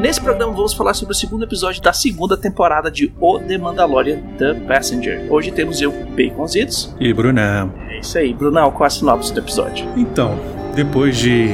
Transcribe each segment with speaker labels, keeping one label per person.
Speaker 1: Nesse programa vamos falar sobre o segundo episódio da segunda temporada de O The Mandalorian The Passenger. Hoje temos eu, Baconzitos.
Speaker 2: E Bruna,
Speaker 1: É isso aí, Brunão, qual a sinopse do episódio?
Speaker 2: então, depois de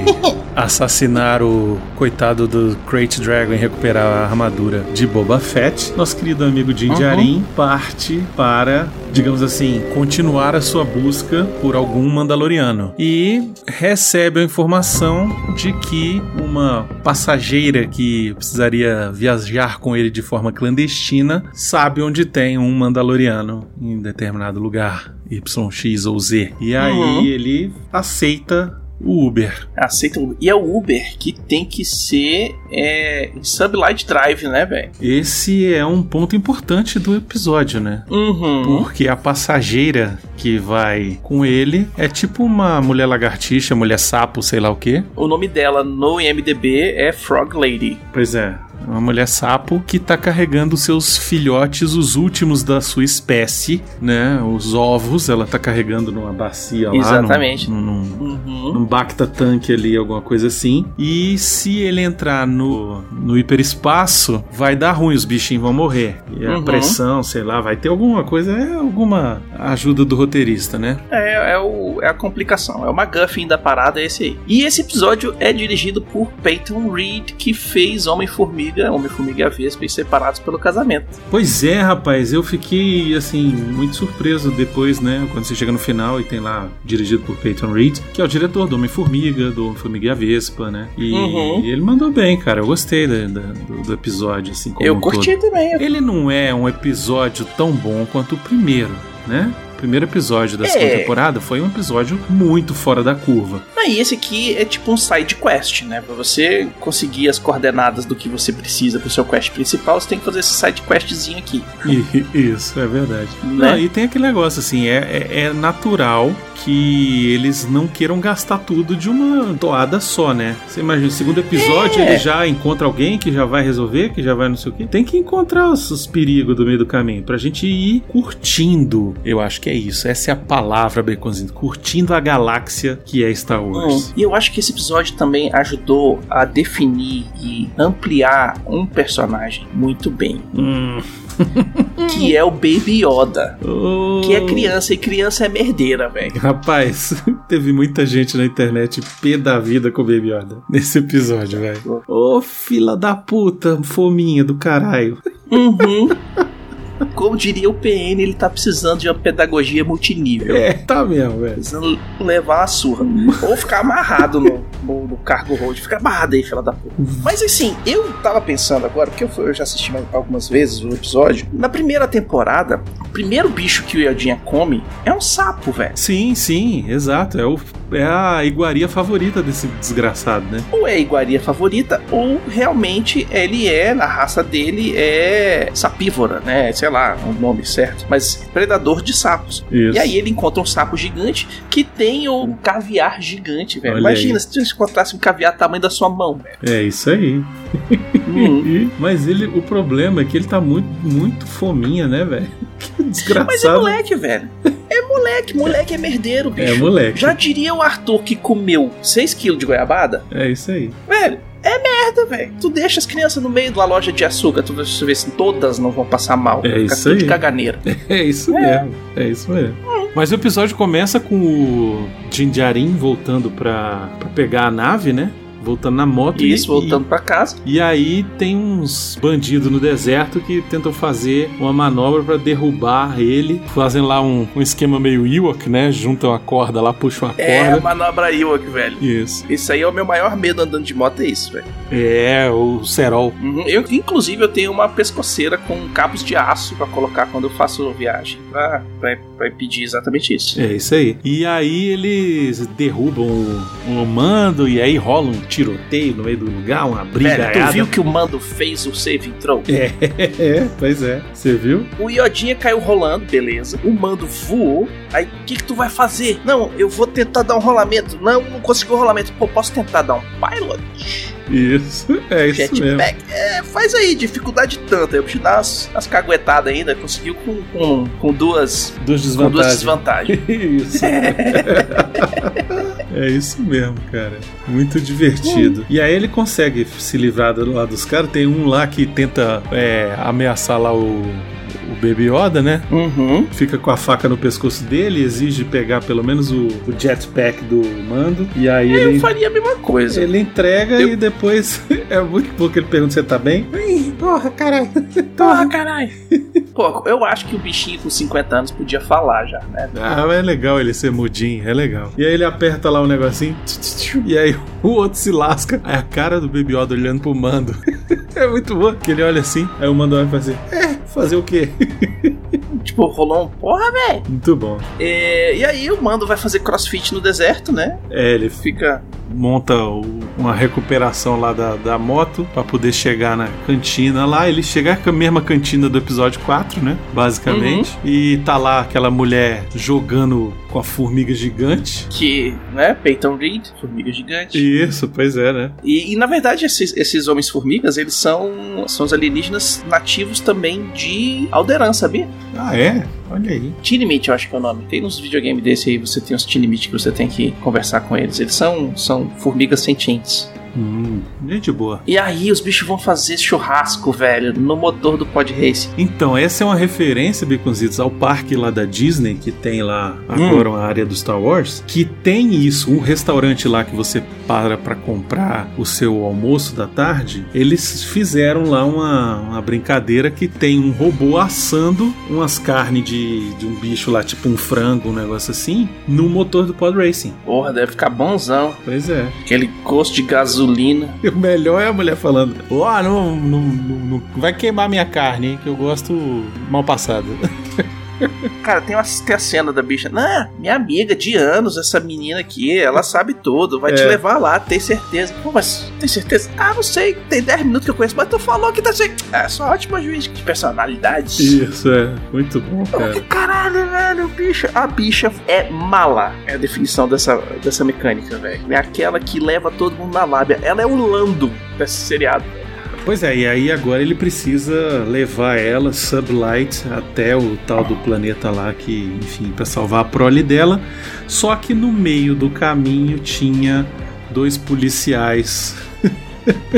Speaker 2: assassinar o coitado do Great Dragon e recuperar a armadura de Boba Fett, nosso querido amigo Din Djarin parte para, digamos assim, continuar a sua busca por algum Mandaloriano e recebe a informação de que uma passageira que precisaria viajar com ele de forma clandestina sabe onde tem um Mandaloriano em determinado lugar. Y, X ou Z. E aí
Speaker 1: Uhum.
Speaker 2: ele aceita o Uber.
Speaker 1: Aceita o E é o Uber que tem que ser é, Sublight Drive, né, velho?
Speaker 2: Esse é um ponto importante do episódio, né?
Speaker 1: Uhum.
Speaker 2: Porque a passageira que vai com ele é tipo uma mulher lagartixa, mulher sapo, sei lá o quê.
Speaker 1: O nome dela no IMDB é Frog Lady.
Speaker 2: Pois é. Uma mulher sapo que tá carregando seus filhotes, os últimos da sua espécie, né? Os ovos, ela tá carregando numa bacia lá. num-
Speaker 1: Exatamente.
Speaker 2: num- num-
Speaker 1: Uhum.
Speaker 2: um Bacta tanque ali, alguma coisa assim. E se ele entrar no, no hiperespaço, vai dar ruim, os bichinhos vão morrer. E a
Speaker 1: Uhum.
Speaker 2: pressão, sei lá, vai ter alguma coisa, é alguma ajuda do roteirista, né?
Speaker 1: É, é, o, é a complicação, é o McGuffin da parada, é esse aí. E esse episódio é dirigido por Peyton Reed, que fez Homem-Formiga, Homem-Formiga e a Vespa, e separados pelo casamento.
Speaker 2: Pois é, rapaz, eu fiquei assim muito surpreso depois, né, quando você chega no final e tem lá dirigido por Peyton Reed, que é o diretor do Homem Formiga, do Homem Formiga e a Vespa, né? E
Speaker 1: Uhum.
Speaker 2: ele mandou bem, cara. Eu gostei da- da- do, do episódio assim como
Speaker 1: eu
Speaker 2: um todo.
Speaker 1: curti também. eu-
Speaker 2: Ele não é um episódio tão bom quanto o primeiro, né? O primeiro episódio da
Speaker 1: É.
Speaker 2: segunda temporada foi um episódio muito fora da curva.
Speaker 1: Ah, e esse aqui é tipo um side quest, né? Pra você conseguir as coordenadas do que você precisa pro seu quest principal, você tem que fazer esse side questzinho aqui.
Speaker 2: E- Isso, é verdade.
Speaker 1: Né?
Speaker 2: Não, e tem aquele negócio assim, é, é- é natural que eles não queiram gastar tudo de uma toada só, né? Você imagina, o segundo episódio
Speaker 1: É.
Speaker 2: ele já encontra alguém que já vai resolver, que já vai não sei o quê. Tem que encontrar os, os perigos do meio do caminho pra gente ir curtindo. Eu acho que é isso. Essa é a palavra, Baconzinho. Curtindo a galáxia que é Star Wars.
Speaker 1: Hum, E eu acho que esse episódio também ajudou a definir e ampliar um personagem muito bem,
Speaker 2: Hum.
Speaker 1: que é o Baby Yoda.
Speaker 2: Ô,
Speaker 1: que é criança e criança é merdeira, velho.
Speaker 2: Rapaz, teve muita gente na internet pé da vida com o Baby Yoda nesse episódio, velho. Ô, fila da puta, fominha do caralho.
Speaker 1: Uhum. Como diria o PN, ele tá precisando de uma pedagogia multinível.
Speaker 2: É, tá mesmo, velho.
Speaker 1: Precisando levar uma surra. Ou ficar amarrado no, no, no cargo road. Ficar amarrado aí, filha da puta. Mas assim, eu tava pensando agora, porque eu, fui- eu já assisti mais- algumas vezes o episódio. Na primeira temporada, o primeiro bicho que o Yodinha come é um sapo, velho.
Speaker 2: Sim, sim, exato. É, o, é a iguaria favorita desse desgraçado, né?
Speaker 1: Ou é a iguaria favorita, ou realmente ele é, na raça dele, é sapívora, né? Sei lá o nome certo. Mas predador de sapos.
Speaker 2: Isso.
Speaker 1: E aí ele encontra um sapo gigante que tem um caviar gigante, velho.
Speaker 2: Olha
Speaker 1: Imagina
Speaker 2: aí.
Speaker 1: se você encontrasse um caviar do tamanho da sua mão, velho.
Speaker 2: É isso aí.
Speaker 1: Hum.
Speaker 2: E- mas ele, o problema é que ele tá muito, muito fominha, né, velho? Que desgraçado.
Speaker 1: Mas é moleque, velho. É moleque, moleque é merdeiro, bicho.
Speaker 2: É moleque.
Speaker 1: Já diria o Arthur que comeu 6kg de goiabada,
Speaker 2: É isso aí.
Speaker 1: velho. É merda, velho. Tu deixa as crianças no meio da loja de açúcar, tu deixa- tu vê se todas não vão passar mal.
Speaker 2: É
Speaker 1: Vai ficar
Speaker 2: isso
Speaker 1: tudo de
Speaker 2: aí.
Speaker 1: caganeira.
Speaker 2: É isso
Speaker 1: É.
Speaker 2: mesmo. É isso mesmo. Mas o episódio começa com o Jinjarin voltando pra, pra pegar a nave, né? Voltando na moto.
Speaker 1: E isso,
Speaker 2: e-
Speaker 1: voltando pra casa.
Speaker 2: E, aí tem uns bandidos no deserto que tentam fazer uma manobra pra derrubar ele. Fazem lá um, um esquema meio Ewok, né? Juntam a corda lá, puxam a
Speaker 1: É,
Speaker 2: corda.
Speaker 1: manobra Ewok, velho.
Speaker 2: Isso.
Speaker 1: Isso aí é o meu maior medo andando de moto, é isso, velho.
Speaker 2: É, o Serol.
Speaker 1: Uhum. Eu, inclusive, eu tenho uma pescoceira com cabos de aço pra colocar quando eu faço viagem pra, pra, pra impedir exatamente isso.
Speaker 2: É isso aí. E aí eles derrubam o, o um mando e aí rola um tiroteio no meio do lugar, uma briga.
Speaker 1: Velho, tu viu que o mando fez o save throw?
Speaker 2: É, pois é. Você viu?
Speaker 1: O Iodinha caiu rolando, beleza. O mando voou. Aí, o que, que tu vai fazer? Não, eu vou tentar dar um rolamento. Não, não conseguiu o rolamento. Pô, posso tentar dar um pilot?
Speaker 2: Isso, é isso mesmo.
Speaker 1: Jetpack? É, faz aí, dificuldade tanta. Eu preciso dar as, as caguetadas ainda. Conseguiu com, com, com duas,
Speaker 2: Duas
Speaker 1: com duas
Speaker 2: desvantagens.
Speaker 1: desvantagens.
Speaker 2: Isso. É isso mesmo, cara. Muito divertido. E aí ele consegue se livrar do- lá dos caras. Tem um lá que tenta é, ameaçar lá o, o Baby Yoda, né?
Speaker 1: Uhum.
Speaker 2: Fica com a faca no pescoço dele, exige pegar pelo menos o, o jetpack do mando. E aí
Speaker 1: É, Eu
Speaker 2: ele,
Speaker 1: faria a mesma coisa.
Speaker 2: ele entrega
Speaker 1: Eu-
Speaker 2: e depois é muito bom que ele pergunta se ele tá bem. Ih, Porra, caralho.
Speaker 1: Porra, caralho. Pô, eu acho que o bichinho com 50 anos podia falar já, né?
Speaker 2: Ah, mas é legal ele ser mudinho, é legal. E aí ele aperta lá um negocinho, tch, tch, tch, e aí o outro se lasca. Aí a cara do Baby Yoda olhando pro Mando. É muito bom, que ele olha assim, aí o Mando olha e fala assim, é, fazer o quê?
Speaker 1: Tipo, rolou um porra, velho.
Speaker 2: Muito bom.
Speaker 1: É, e aí o mando vai fazer crossfit no deserto, né?
Speaker 2: É, ele f-
Speaker 1: Fica.
Speaker 2: monta o- uma recuperação lá da, da moto pra poder chegar na cantina lá. Ele chega com a mesma cantina do episódio 4, né? Basicamente. E tá lá aquela mulher jogando com a formiga gigante.
Speaker 1: Que, né? Peyton Reed, formiga gigante.
Speaker 2: Isso, pois é, né?
Speaker 1: E, e, na verdade, esses, esses homens-formigas, eles são, são os alienígenas nativos também de Alderan, sabia?
Speaker 2: Ah, é? Olha aí.
Speaker 1: Tinemite, eu acho que é o nome. Tem uns videogames desse aí, você tem os Tinemite que você tem que conversar com eles. Eles são, são formigas sentientes.
Speaker 2: Hum, gente boa.
Speaker 1: E aí, os bichos vão fazer churrasco, velho, no motor do Pod Race.
Speaker 2: Então, essa é uma referência, Biconzitos, ao parque lá da Disney, que tem lá agora uma área do Star Wars, que tem isso, um restaurante lá que você para pra comprar o seu almoço da tarde. Eles fizeram lá uma, uma brincadeira que tem um robô assando umas carnes de, de um bicho lá, tipo um frango, um negócio assim, no motor do Pod Racing.
Speaker 1: Porra, deve ficar bonzão.
Speaker 2: Pois é.
Speaker 1: Aquele gosto de gasolina.
Speaker 2: E o melhor é a mulher falando: Ó, não, não, não, não vai queimar minha carne, hein, que eu gosto mal passada.
Speaker 1: Cara, tem, uma, tem a cena da bicha. Ah, minha amiga de anos, essa menina aqui, ela sabe tudo, vai te
Speaker 2: É.
Speaker 1: levar lá, tem certeza. Pô, mas tem certeza? Ah, não sei, tem 10 minutos que eu conheço, mas tu falou que tá sem. É, só ótima juiz de personalidade.
Speaker 2: Isso, é. Muito bom, cara.
Speaker 1: Caralho, velho, bicha. A bicha é mala. É a definição dessa, dessa mecânica, velho. É aquela que leva todo mundo na lábia. Ela é o Lando desse seriado.
Speaker 2: Pois é, e aí agora ele precisa levar ela, Sublight, até o tal do planeta lá que, enfim, pra salvar a prole dela. Só que no meio do caminho tinha dois policiais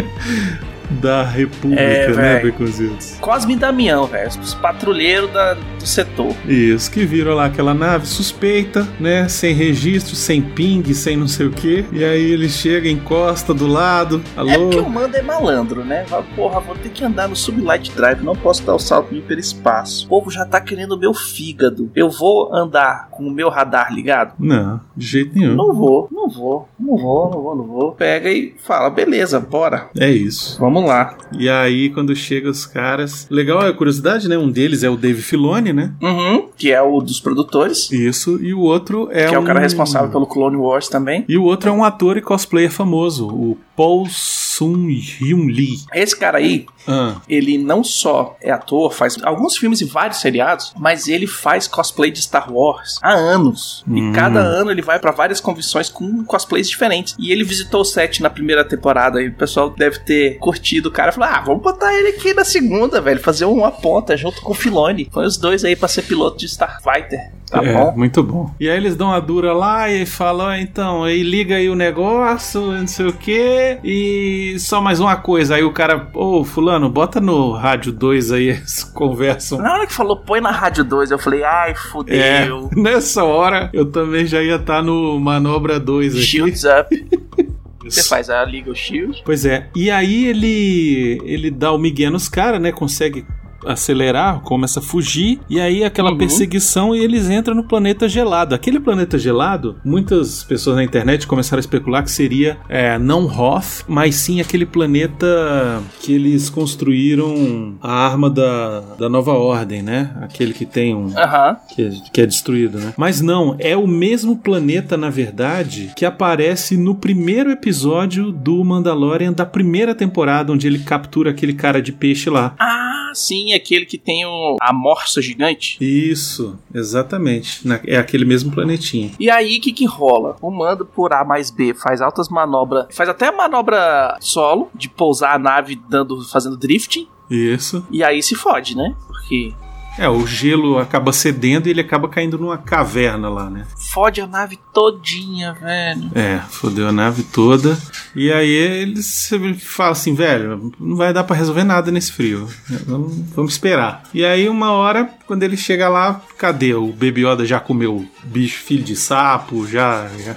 Speaker 2: da República,
Speaker 1: É,
Speaker 2: né,
Speaker 1: véi.
Speaker 2: Beconzitos?
Speaker 1: Cosme e Damião, velho. Os patrulheiros da- do setor.
Speaker 2: Isso, que viram lá aquela nave suspeita, né? Sem registro, sem ping, sem não sei o que. E aí ele chega, encosta do lado.
Speaker 1: É porque o
Speaker 2: Alô?
Speaker 1: mando é malandro, né? Fala, Porra, vou ter que andar no sublight drive, não posso dar o salto no hiperespaço. O povo já tá querendo o meu fígado. Eu vou andar com o meu radar ligado?
Speaker 2: Não, de jeito nenhum.
Speaker 1: Não vou, não vou, não vou, não vou, não vou. Pega e fala, beleza, bora.
Speaker 2: É isso.
Speaker 1: Vamos lá.
Speaker 2: E aí, quando chega os caras. Legal é a curiosidade, né? Um deles é o Dave Filoni, né?
Speaker 1: Uhum, que é o dos produtores,
Speaker 2: Isso. E o outro é.
Speaker 1: que é o cara
Speaker 2: um-
Speaker 1: responsável pelo Clone Wars também.
Speaker 2: E o outro é um ator e cosplayer famoso, o Paul Sun Hyun Lee.
Speaker 1: Esse cara aí,
Speaker 2: Ah,
Speaker 1: ele não só é ator, faz alguns filmes e vários seriados, mas ele faz cosplay de Star Wars há anos.
Speaker 2: Hum.
Speaker 1: E cada ano ele vai pra várias convenções com cosplays diferentes. E ele visitou o set na primeira temporada e o pessoal deve ter curtido o cara e falou: ah, vamos botar ele aqui na segunda, velho, fazer uma ponta junto com o Filoni. Põe os dois aí pra ser piloto de Starfighter, tá
Speaker 2: é,
Speaker 1: bom?
Speaker 2: Muito bom. E aí eles dão a dura lá e falam, "Ah, então, aí liga aí o negócio, não sei o quê. E só mais uma coisa. Aí o cara, ô, fulano, bota no rádio 2 aí, eles conversam.
Speaker 1: Na hora que falou põe na Rádio 2, eu falei: ai,
Speaker 2: É,
Speaker 1: fudeu.
Speaker 2: nessa hora eu também já ia estar no Manobra 2 aqui.
Speaker 1: Shields up. Você faz a Legal Shield.
Speaker 2: Pois é, e aí ele ele dá o migué nos caras, né? Consegue acelerar, começa a fugir, e aí aquela
Speaker 1: Uhum.
Speaker 2: perseguição e eles entram no planeta gelado. Aquele planeta gelado, muitas pessoas na internet começaram a especular que seria é, não Hoth, mas sim aquele planeta que eles construíram a arma da, da nova ordem, né? Aquele que tem um
Speaker 1: Aham.
Speaker 2: que é, que é destruído, né? Mas não, é o mesmo planeta, na verdade, que aparece no primeiro episódio do Mandalorian da primeira temporada, onde ele captura aquele cara de peixe lá.
Speaker 1: Ah, sim, aquele que tem o, a morsa gigante.
Speaker 2: Isso, exatamente. Na- é aquele mesmo planetinha.
Speaker 1: E aí, o que que rola? O mando por A mais B faz altas manobras, faz até manobra solo, de pousar a nave dando, fazendo drifting,
Speaker 2: Isso.
Speaker 1: e aí se fode, né? Porque
Speaker 2: É, o gelo acaba cedendo e ele acaba caindo numa caverna lá, né?
Speaker 1: fode a nave todinha, velho.
Speaker 2: É, fodeu a nave toda. E aí eles se- falam assim, velho, não vai dar pra resolver nada nesse frio. Vamos, vamos esperar. E aí uma hora, quando ele chega lá, cadê? O Baby Yoda já comeu bicho, filho de sapo, já... já-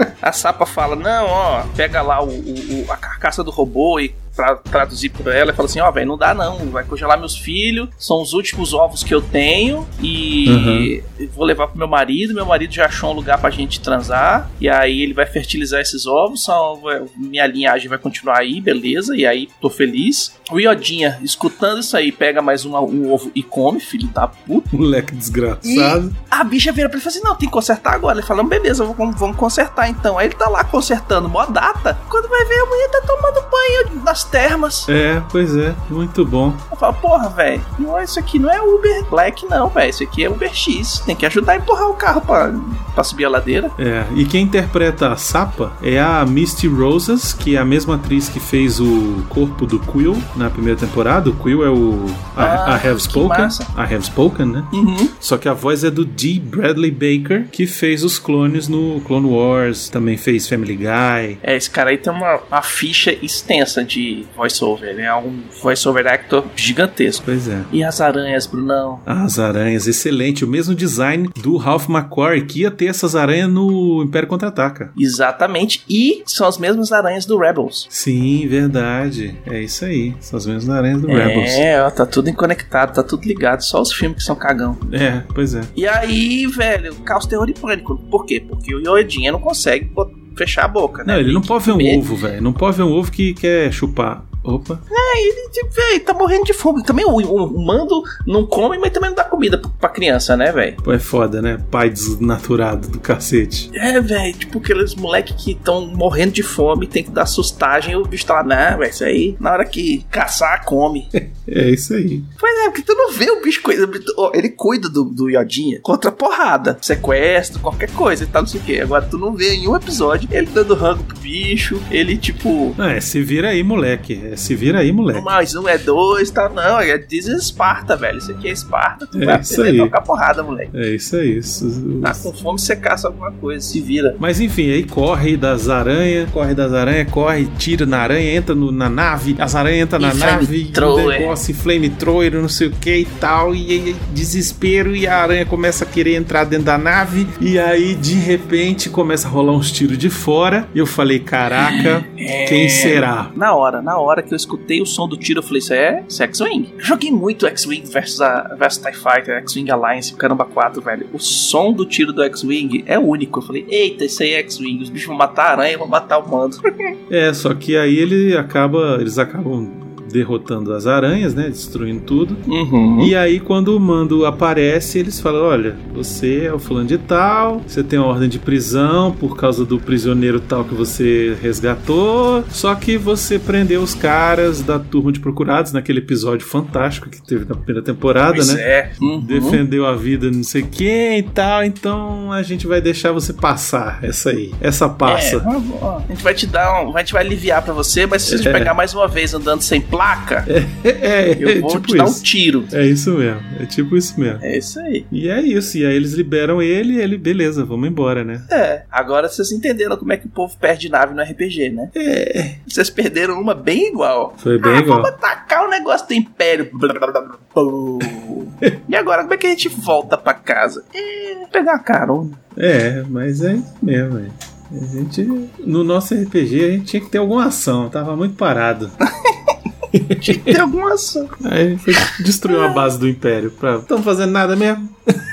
Speaker 1: A Sapa fala: não, ó, pega lá o, o- o- a carcaça do robô e pra traduzir pra ela e fala assim: ó, velho, não dá não, vai congelar meus filhos, são os últimos ovos que eu tenho e vou levar pro meu marido. Meu marido já achou um lugar pra gente transar e aí ele vai fertilizar esses ovos, são, minha linhagem vai continuar aí, beleza, e aí tô feliz. O Iodinha, escutando isso aí, pega mais uma- um ovo e come, filho da puta.
Speaker 2: Moleque desgraçado.
Speaker 1: A bicha vira pra ele e fala assim: não, tem que consertar agora. Ele fala: beleza, vamos, vamos consertar então. Aí ele tá lá consertando, mó data. Quando vai ver, a mulher tá tomando banho nas termas.
Speaker 2: É, pois é, muito bom.
Speaker 1: Eu falo: porra, velho, não é- isso aqui não é Uber Black, não, velho. Isso aqui é Uber X. Tem que ajudar a empurrar o carro pra, pra subir a ladeira.
Speaker 2: É, e quem interpreta a Sapa é a Misty Rosas, que é a mesma atriz que fez o corpo do Quill na primeira temporada. O Quill é o a,
Speaker 1: Ah,
Speaker 2: a Have
Speaker 1: que
Speaker 2: Spoken,
Speaker 1: massa.
Speaker 2: a Have Spoken, né?
Speaker 1: Uhum.
Speaker 2: Só que a voz é do D. Bradley Baker, que fez os clones no Clone Wars, também fez Family Guy.
Speaker 1: É, esse cara aí tem uma, uma ficha extensa de voiceover. Ele é um voiceover actor gigantesco.
Speaker 2: Pois é.
Speaker 1: E as aranhas, Brunão?
Speaker 2: As aranhas, excelente. O mesmo design do Ralph McQuarrie, que ia ter essas aranhas no Império Contra-Ataca.
Speaker 1: Exatamente. E são as mesmas aranhas do Rebels.
Speaker 2: Sim, verdade. É isso aí. São as mesmas aranhas do Rebels.
Speaker 1: É, ó, tá tudo conectado, tá tudo ligado, só os filmes que são cagão.
Speaker 2: É, pois é.
Speaker 1: E aí, velho, caos, terror e pânico. Por quê? Porque o Yoedinha não consegue bot- fechar a boca, né?
Speaker 2: Não, ele não pode ver
Speaker 1: comer.
Speaker 2: um ovo, velho. Não pode ver um ovo que quer chupar. Opa.
Speaker 1: Tipo, velho, tá morrendo de fome. Também o, o- o mando não come, mas também não dá comida p- pra criança, né, velho?
Speaker 2: Pô, é foda, né? Pai desnaturado do cacete.
Speaker 1: É, velho, tipo aqueles moleque que estão morrendo de fome, tem que dar sustagem, o bicho tá lá, né, velho, isso aí, na hora que caçar, come.
Speaker 2: É isso aí.
Speaker 1: Pois é, porque tu não vê o bicho coisa. ó, Ele cuida do, do Yodinha contra porrada, sequestro, qualquer coisa e tal, não sei o quê. Agora tu não vê em um episódio ele dando rango pro bicho, ele tipo.
Speaker 2: Não, é, se vira aí, moleque. É, se vira aí,
Speaker 1: Um
Speaker 2: moleque.
Speaker 1: mais um é dois, tal, não. É diz Esparta, velho. Isso aqui é Esparta. Tu
Speaker 2: É
Speaker 1: vai
Speaker 2: isso
Speaker 1: aprender a
Speaker 2: aí.
Speaker 1: tocar porrada, moleque.
Speaker 2: É isso aí. Isso-
Speaker 1: Tá com fome, você caça alguma coisa, se vira.
Speaker 2: Mas enfim, aí corre das aranhas, corre das aranhas, corre, tira na aranha, entra no- na nave, as aranhas entram na
Speaker 1: E
Speaker 2: nave, e o
Speaker 1: flamethrower.
Speaker 2: negócio, e flamethrower, não sei o que e tal, e, aí desespero, e a aranha começa a querer entrar dentro da nave, e aí de repente começa a rolar uns tiros de fora, e eu falei, caraca,
Speaker 1: É.
Speaker 2: quem será?
Speaker 1: Na hora, na hora que eu escutei o som do tiro, eu falei, isso é, isso é X-Wing. Eu Joguei muito X-Wing versus, a- versus TIE Fighter, X-Wing Alliance, caramba 4, velho. O som do tiro do X-Wing é único. Eu falei, eita, isso aí é X-Wing. Os bichos vão matar a aranha, vão matar o mando.
Speaker 2: É, só que aí ele acaba, eles acabam derrotando as aranhas, né, destruindo tudo,
Speaker 1: Uhum.
Speaker 2: E aí, quando o mando aparece, eles falam: Olha, você é o fulano de tal, você tem uma ordem de prisão por causa do prisioneiro tal que você resgatou. Só que você prendeu os caras da turma de procurados naquele episódio fantástico que teve na primeira temporada,
Speaker 1: Pois
Speaker 2: né?
Speaker 1: é. Uhum.
Speaker 2: Defendeu a vida, de não sei quem e tal, então a gente vai deixar você passar essa aí, essa
Speaker 1: É,
Speaker 2: passa.
Speaker 1: vamos lá. a gente vai te dar um. A gente vai aliviar pra você, mas se você te
Speaker 2: Uhum. É.
Speaker 1: pegar mais uma vez andando sem placa,
Speaker 2: É, é, é,
Speaker 1: eu vou
Speaker 2: tipo
Speaker 1: te dar um
Speaker 2: isso.
Speaker 1: tiro.
Speaker 2: É isso mesmo, é tipo isso mesmo.
Speaker 1: É isso aí.
Speaker 2: E é isso, e aí eles liberam ele e ele, beleza, vamos embora, né?
Speaker 1: É, agora vocês entenderam como é que o povo perde nave no RPG, né?
Speaker 2: É.
Speaker 1: Vocês perderam uma bem igual.
Speaker 2: Foi bem
Speaker 1: ah,
Speaker 2: igual.
Speaker 1: vamos atacar o negócio do Império. Blá, blá, blá, blá, pum. e agora, como é que a gente volta pra casa? É, pegar uma carona.
Speaker 2: É, mas é isso mesmo, velho. A gente. No nosso RPG a gente tinha que ter alguma ação, tava muito parado.
Speaker 3: Tinha que ter alguma ação.
Speaker 2: Aí ele foi, destruiu a base do Império. Pra... Tão fazendo nada mesmo?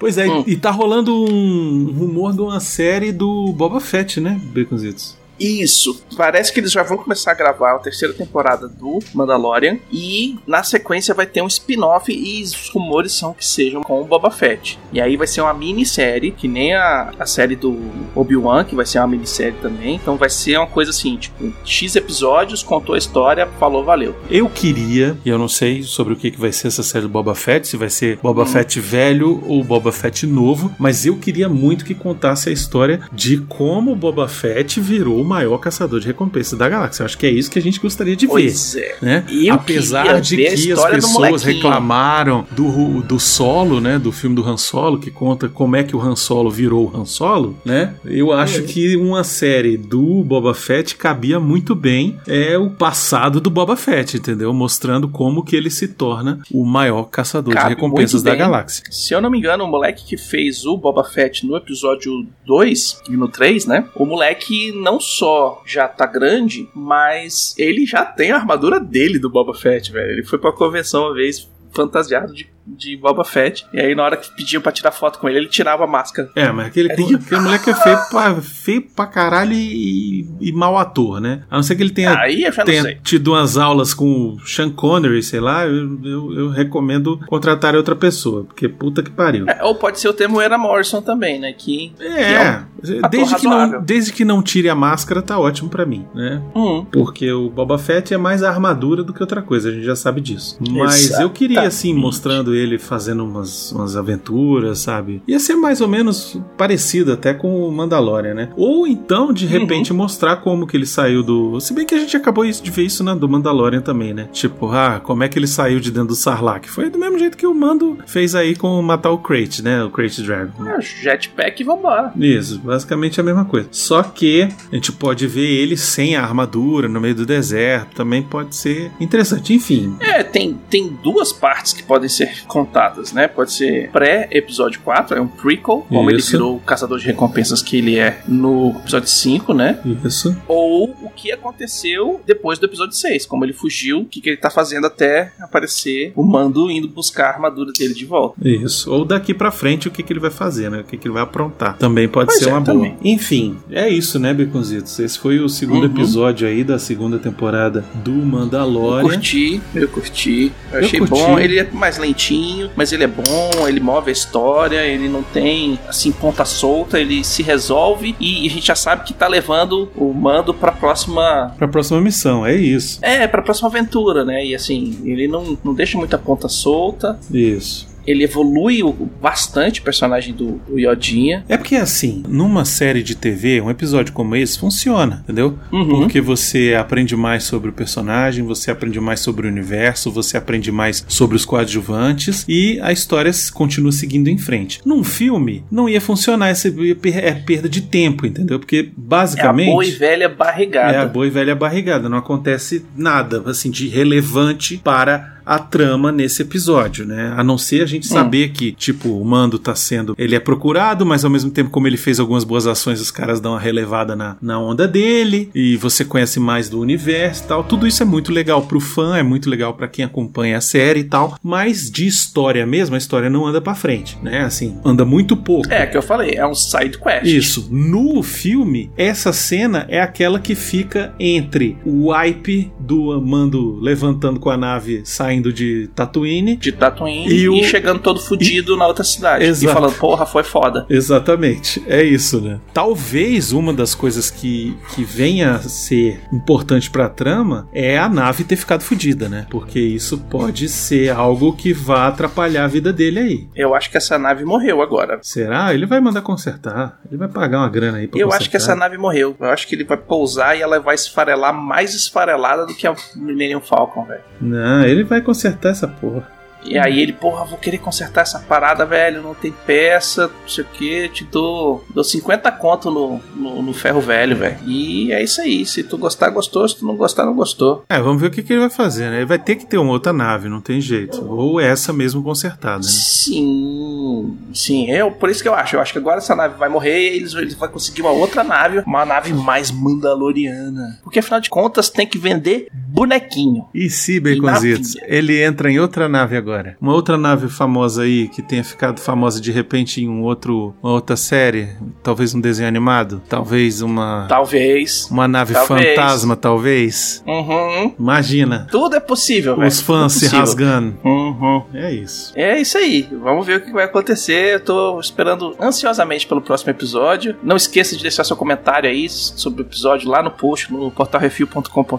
Speaker 2: Pois é,
Speaker 1: Hum.
Speaker 2: e tá rolando um rumor de uma série do Boba Fett, né, Baconzitos?
Speaker 3: Isso.
Speaker 1: Parece que eles já vão começar a gravar a terceira temporada do Mandalorian e na sequência vai ter um spin-off e os rumores são que sejam com o Boba Fett. E aí vai ser uma minissérie, que nem a, a série do Obi-Wan, que vai ser uma minissérie também. Então vai ser uma coisa assim, tipo, X episódios, contou a história, falou, valeu.
Speaker 2: Eu queria, e eu não sei sobre o que, que vai ser essa série do Boba Fett, se vai ser
Speaker 1: Uhum.
Speaker 2: Boba Fett velho ou Boba Fett novo, mas eu queria muito que contasse a história de como o Boba Fett virou o maior caçador de recompensa da galáxia. Eu acho que é isso que a gente gostaria de ver.
Speaker 1: Pois é.
Speaker 2: né?
Speaker 1: Eu
Speaker 2: Apesar
Speaker 1: queria
Speaker 2: de
Speaker 1: ver a
Speaker 2: que as
Speaker 1: história do
Speaker 2: pessoas
Speaker 1: molequinho.
Speaker 2: reclamaram do, ru- do solo, né? Do filme do Han Solo, que conta como é que o Han Solo virou o Han Solo, né? Eu acho que uma série do Boba Fett cabia muito bem é o passado do Boba Fett, entendeu? Mostrando como que ele se torna o maior caçador de
Speaker 1: Cabe
Speaker 2: recompensas
Speaker 1: muito
Speaker 2: da
Speaker 1: bem.
Speaker 2: galáxia.
Speaker 1: Se eu não me engano, o moleque que fez o Boba Fett no episódio 2 e no 3, né? O moleque não só já tá grande, mas ele já tem a armadura dele do Boba Fett, velho. Ele foi pra convenção uma vez fantasiado de, de Boba Fett. E aí, na hora que pediam pra tirar foto com ele, ele tirava a máscara.
Speaker 2: É, mas aquele,
Speaker 1: É
Speaker 2: aquele moleque é feio pra, feio pra caralho e, e mau ator, né? A não ser que ele tenha
Speaker 1: Aí eu já não
Speaker 2: tenha
Speaker 1: sei.
Speaker 2: tido umas aulas com o Sean Connery, sei lá, eu, eu- eu recomendo contratar outra pessoa, porque puta que pariu.
Speaker 1: É, ou pode ser o Temuera Morrison também, né? Que.
Speaker 2: É, desde
Speaker 1: ator
Speaker 2: que, não,
Speaker 1: razoável.
Speaker 2: desde que não tire a máscara, tá ótimo pra mim, né?
Speaker 1: Hum,
Speaker 2: Porque o Boba Fett é mais a armadura do que outra coisa, a gente já sabe disso. Mas eu queria, assim, mostrando ele fazendo umas, umas aventuras, sabe? Ia ser mais ou menos parecido até com o Mandalorian, né? Ou então, de repente, mostrar como que ele saiu do. Se bem que a gente acabou isso- de ver isso na do Mandalorian também, né? Tipo, ah, como é que ele saiu de dentro do Sarlacc? Foi do mesmo jeito que o Mando fez aí com matar o Crate, né? O Crate Dragon.
Speaker 1: é, jetpack e vambora.
Speaker 2: Isso, basicamente é a mesma coisa. Só que a gente pode ver ele sem a armadura no meio do deserto, também pode ser interessante. Enfim,
Speaker 1: É, tem, tem duas partes que podem ser contadas, né? Pode ser pré-episódio 4, é um prequel, como ele
Speaker 2: Isso.
Speaker 1: virou o caçador de recompensas que ele é no episódio 5, né?
Speaker 2: isso.
Speaker 1: Ou o que aconteceu depois do episódio 6, como ele fugiu, o que, que ele tá fazendo até aparecer o mando indo buscar a armadura dele de volta.
Speaker 2: Isso. Ou daqui pra frente o que, que ele vai fazer, né? O que, que ele vai aprontar. Também pode
Speaker 1: Pois
Speaker 2: ser
Speaker 1: é,
Speaker 2: uma
Speaker 1: também.
Speaker 2: boa. Enfim, é isso, né, Beconzitos? Esse foi o segundo
Speaker 1: Uhum.
Speaker 2: episódio aí da segunda temporada do
Speaker 1: Eu
Speaker 2: Mandalorian.
Speaker 1: curti, eu curti, eu
Speaker 2: Eu
Speaker 1: achei
Speaker 2: curti.
Speaker 1: bom. Ele é mais lentinho, mas ele é bom, ele move a história, ele não tem, assim, ponta solta, ele se resolve e a gente já sabe que tá levando o mando pra próxima.
Speaker 2: Pra próxima missão, é isso.
Speaker 1: É, pra próxima aventura, né? E assim, ele não, não deixa muita ponta solta,
Speaker 2: Isso.
Speaker 1: ele evolui o- bastante o personagem do, do Yodinha.
Speaker 2: É porque assim, numa série de TV, um episódio como esse funciona, entendeu?
Speaker 1: Uhum.
Speaker 2: Porque você aprende mais sobre o personagem, você aprende mais sobre o universo, você aprende mais sobre os coadjuvantes e a história s- continua seguindo em frente. Num filme, não ia funcionar, essa ia per- é perda de tempo, entendeu? Porque
Speaker 1: É a boa e
Speaker 2: basicamente.
Speaker 1: velha barrigada.
Speaker 2: É a boa e velha barrigada, não acontece nada assim de relevante para a trama nesse episódio, né? A não ser a gente
Speaker 1: Hum.
Speaker 2: saber que, tipo, o Mando tá sendo, ele é procurado, mas ao mesmo tempo como ele fez algumas boas ações, os caras dão uma relevada na, na onda dele e você conhece mais do universo, e tal. Tudo isso é muito legal pro fã, é muito legal pra quem acompanha a série e tal, mas de história mesmo, a história não anda pra frente, né? Assim, anda muito pouco.
Speaker 1: É, que eu falei, é um side quest.
Speaker 2: Isso. No filme, essa cena é aquela que fica entre o wipe do Mando levantando com a nave saindo de Tatooine.
Speaker 1: De Tatooine
Speaker 2: E
Speaker 1: e,
Speaker 2: o-
Speaker 1: chegando todo fudido na outra cidade.
Speaker 2: Exato.
Speaker 1: E falando, porra, foi foda.
Speaker 2: Exatamente, é isso, né? Talvez uma das coisas que, que venha a ser importante pra trama é a nave ter ficado fodida, né? Porque isso pode ser algo que vá atrapalhar a vida dele aí.
Speaker 1: Eu acho que essa nave morreu agora.
Speaker 2: Será? Ele vai mandar consertar. Ele vai pagar uma grana aí pra
Speaker 1: Eu
Speaker 2: consertar.
Speaker 1: acho que essa nave morreu. Eu acho que ele vai pousar e ela vai esfarelar mais esfarelada do que a Millennium Falcon, velho.
Speaker 2: Não, ele vai consertar essa porra.
Speaker 1: E aí ele, porra, vou querer consertar essa parada, velho. Não tem peça, não sei o que. Te dou, dou 50 conto no, no, no ferro velho, velho. E é isso aí. Se tu gostar, gostou. Se tu não gostar, não gostou.
Speaker 2: É, vamos ver o que, que ele vai fazer, né? Ele vai ter que ter uma outra nave, não tem jeito. Ou essa mesmo consertada, né?
Speaker 1: Sim, sim, eu por isso que eu acho. Eu acho que agora essa nave vai morrer e eles, eles vão conseguir uma outra nave, uma nave mais mandaloriana. Porque afinal de contas tem que vender bonequinho.
Speaker 2: E se, Baconzitos, ele entra em outra nave agora? Uma outra nave famosa aí, que tenha ficado famosa de repente em um outro, uma outra série? Talvez um desenho animado? Talvez uma...
Speaker 1: Talvez.
Speaker 2: Uma nave
Speaker 1: Talvez.
Speaker 2: fantasma, talvez?
Speaker 1: Uhum.
Speaker 2: Imagina,
Speaker 1: Tudo é possível, velho.
Speaker 2: os
Speaker 1: Tudo
Speaker 2: fãs se
Speaker 1: possível.
Speaker 2: rasgando.
Speaker 1: Uhum.
Speaker 2: É isso.
Speaker 1: É isso aí. Vamos ver o que vai acontecer. Eu tô esperando ansiosamente pelo próximo episódio. Não esqueça de deixar seu comentário aí sobre o episódio lá no post no portalrefil.com.br.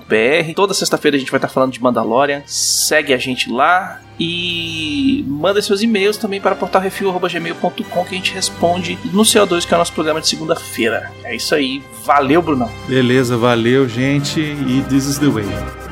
Speaker 1: Toda sexta-feira a gente vai estar falando de Mandalorian. Segue a gente lá e manda seus e-mails também para portalrefil@gmail.com que a gente responde no CO2, que é o nosso programa de segunda-feira. É isso aí. Valeu, Brunão.
Speaker 2: Beleza, valeu, gente. E this is the way.